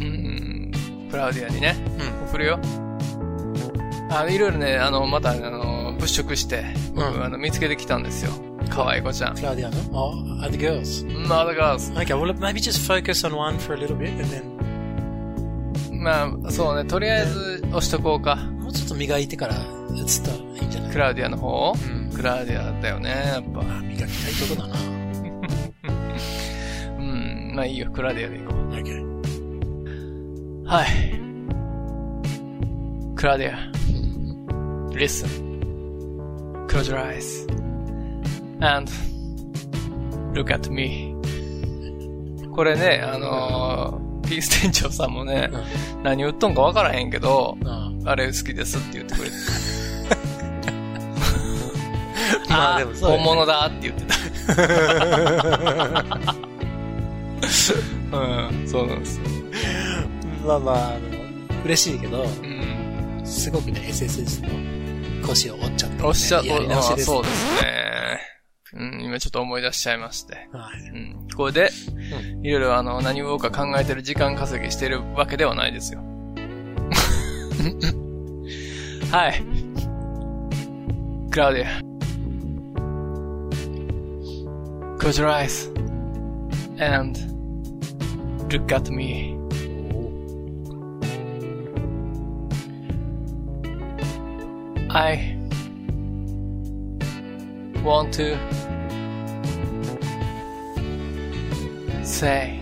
Speaker 7: ん。クラウディアにね。
Speaker 6: う
Speaker 7: 送るよ。あの、いろいろね、あの、また、あの、物色して、僕、
Speaker 6: うん
Speaker 7: あの、見つけてきたんですよ。可愛い子ちゃん。
Speaker 6: Claudia, no? Or other girls?
Speaker 7: まあ、だから、
Speaker 6: Okay, well, maybe just focus on one for a little bit and then
Speaker 7: まあ、そうね、とりあえず押しとこうか。
Speaker 6: もうちょっと磨いてからやつったらいいんじゃない
Speaker 7: クラウディアの方
Speaker 6: うん
Speaker 7: クラウディアだよね、やっぱ。
Speaker 6: 磨きたいとこだな。
Speaker 7: うん、まあいいよ、クラウディアで行こ
Speaker 6: Okay.
Speaker 7: う。はい。クラウディア。Listen. Close your eyes. And look at me. これね、あのー、ピース店長さんもね、何言っとんかわからへんけど、あれ好きですって言ってくれて。
Speaker 6: まあ
Speaker 7: あ
Speaker 6: でもそうだよね
Speaker 7: 本物だって言ってた。うん、そうなんですよ。
Speaker 6: まあまあ、あの、嬉しいけど、
Speaker 7: うん。
Speaker 6: すごくね、SSS の腰を折っちゃった、ね。
Speaker 7: おっしゃ、
Speaker 6: やり直しです。
Speaker 7: そうですね。うん、今ちょっと思い出しちゃいまして。
Speaker 6: はい。
Speaker 7: うん。これで、いろいろあの、何を言おうか考えてる時間稼ぎしてるわけではないですよ。 はい。クラウディア。Close your eyes and look at me. I want to say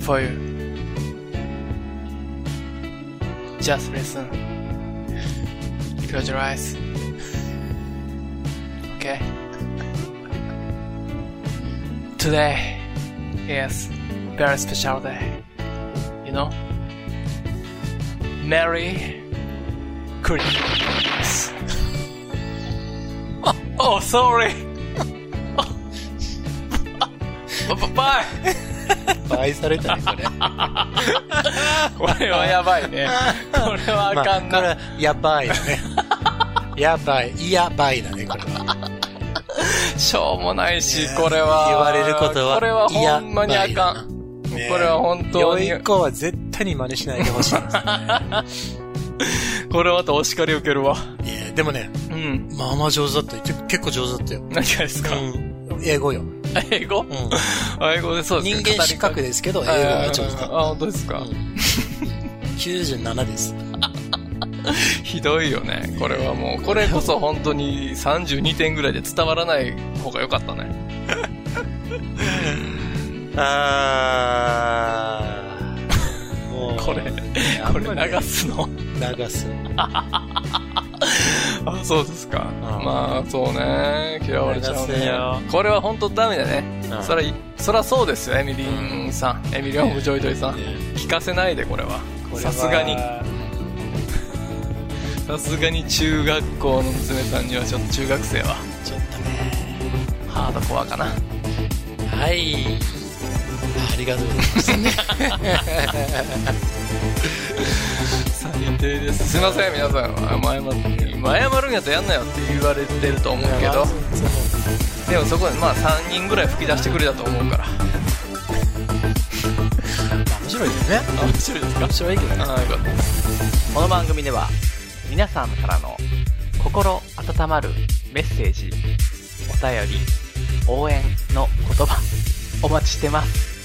Speaker 7: for you. Just listen. Close your eyes. Okay. Today is very special day. You know? Merry Christmas. oh, oh, sorry. Bye bye.
Speaker 6: 倍され たね、これ。
Speaker 7: これはやばいね。これはあかん
Speaker 6: ま
Speaker 7: な。
Speaker 6: あこれはやばいだ ね。やばい。いやばいだね、これは。
Speaker 7: しょうもない
Speaker 6: い
Speaker 7: し、
Speaker 6: や
Speaker 7: これは。
Speaker 6: 言われることは
Speaker 7: これはほんまにあかん。
Speaker 6: ね
Speaker 7: これは本当に
Speaker 6: 良い子は絶対に真似しないでほしいですね。
Speaker 7: これはとお叱り受けるわ。
Speaker 6: いや、でもね、
Speaker 7: うん。
Speaker 6: まあまあ上手だったよ。結構上手だったよ。
Speaker 7: 何がですか、
Speaker 6: うん。英語よ。うん。
Speaker 7: 英語英語でそうで
Speaker 6: 人
Speaker 7: すね。
Speaker 6: 間失格ですけど、英語が上手だ
Speaker 7: ああ、
Speaker 6: っ
Speaker 7: 本当です
Speaker 6: た。
Speaker 7: か
Speaker 6: う。ん97です。
Speaker 7: ひどいよね。これはもう、これこそ本当に32点ぐらいで伝わらない方が良かったね。
Speaker 6: あー。もう
Speaker 7: これ、
Speaker 6: あん
Speaker 7: こ
Speaker 6: ま
Speaker 7: れ
Speaker 6: りね
Speaker 7: 流すの。
Speaker 6: 流す。
Speaker 7: あ、そうですか。
Speaker 6: ん
Speaker 7: まあ、そうね。嫌われちゃう
Speaker 6: 流せよ
Speaker 7: ね。これは本当ダメだね。
Speaker 6: うん
Speaker 7: そら、そらそうですよ、エミリンさん。エミリン・オブ・ジョイジョイさん。聞かせないで、これは。
Speaker 6: これは
Speaker 7: さすがに。さすがに中学校の娘さんにはちょっと中学生は、
Speaker 6: ちょっとね。
Speaker 7: ハードコアかな。
Speaker 6: はい。ありがとうございますね。
Speaker 7: 最低です。すいません、皆さん。謝る、今謝るんやったらやんなよって言われてると思うけど、でもそこでまあ3人ぐらい吹き出してくれたと思うから。
Speaker 6: 面白いよね。
Speaker 7: あ面白いですか
Speaker 6: 面白いけどね。
Speaker 7: ああ、よかったです。
Speaker 2: この番組では皆さんからの心温まるメッセージ、お便り、応援の言葉、お待ちしてます。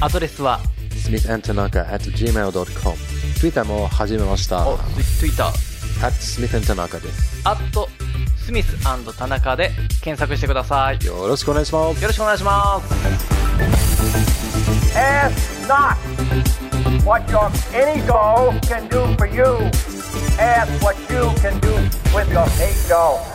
Speaker 2: アドレスは、
Speaker 8: smithandtanaka at gmail.com ツイッターも始めました
Speaker 2: お、ツイッター、
Speaker 8: at smithandtanaka です
Speaker 2: アット、スミス田中で検索してください。よ
Speaker 8: よろしくお願いします
Speaker 2: ろしくお願いします。
Speaker 4: Ask not what your any dough can do for you. Ask what you can do with your pay dough.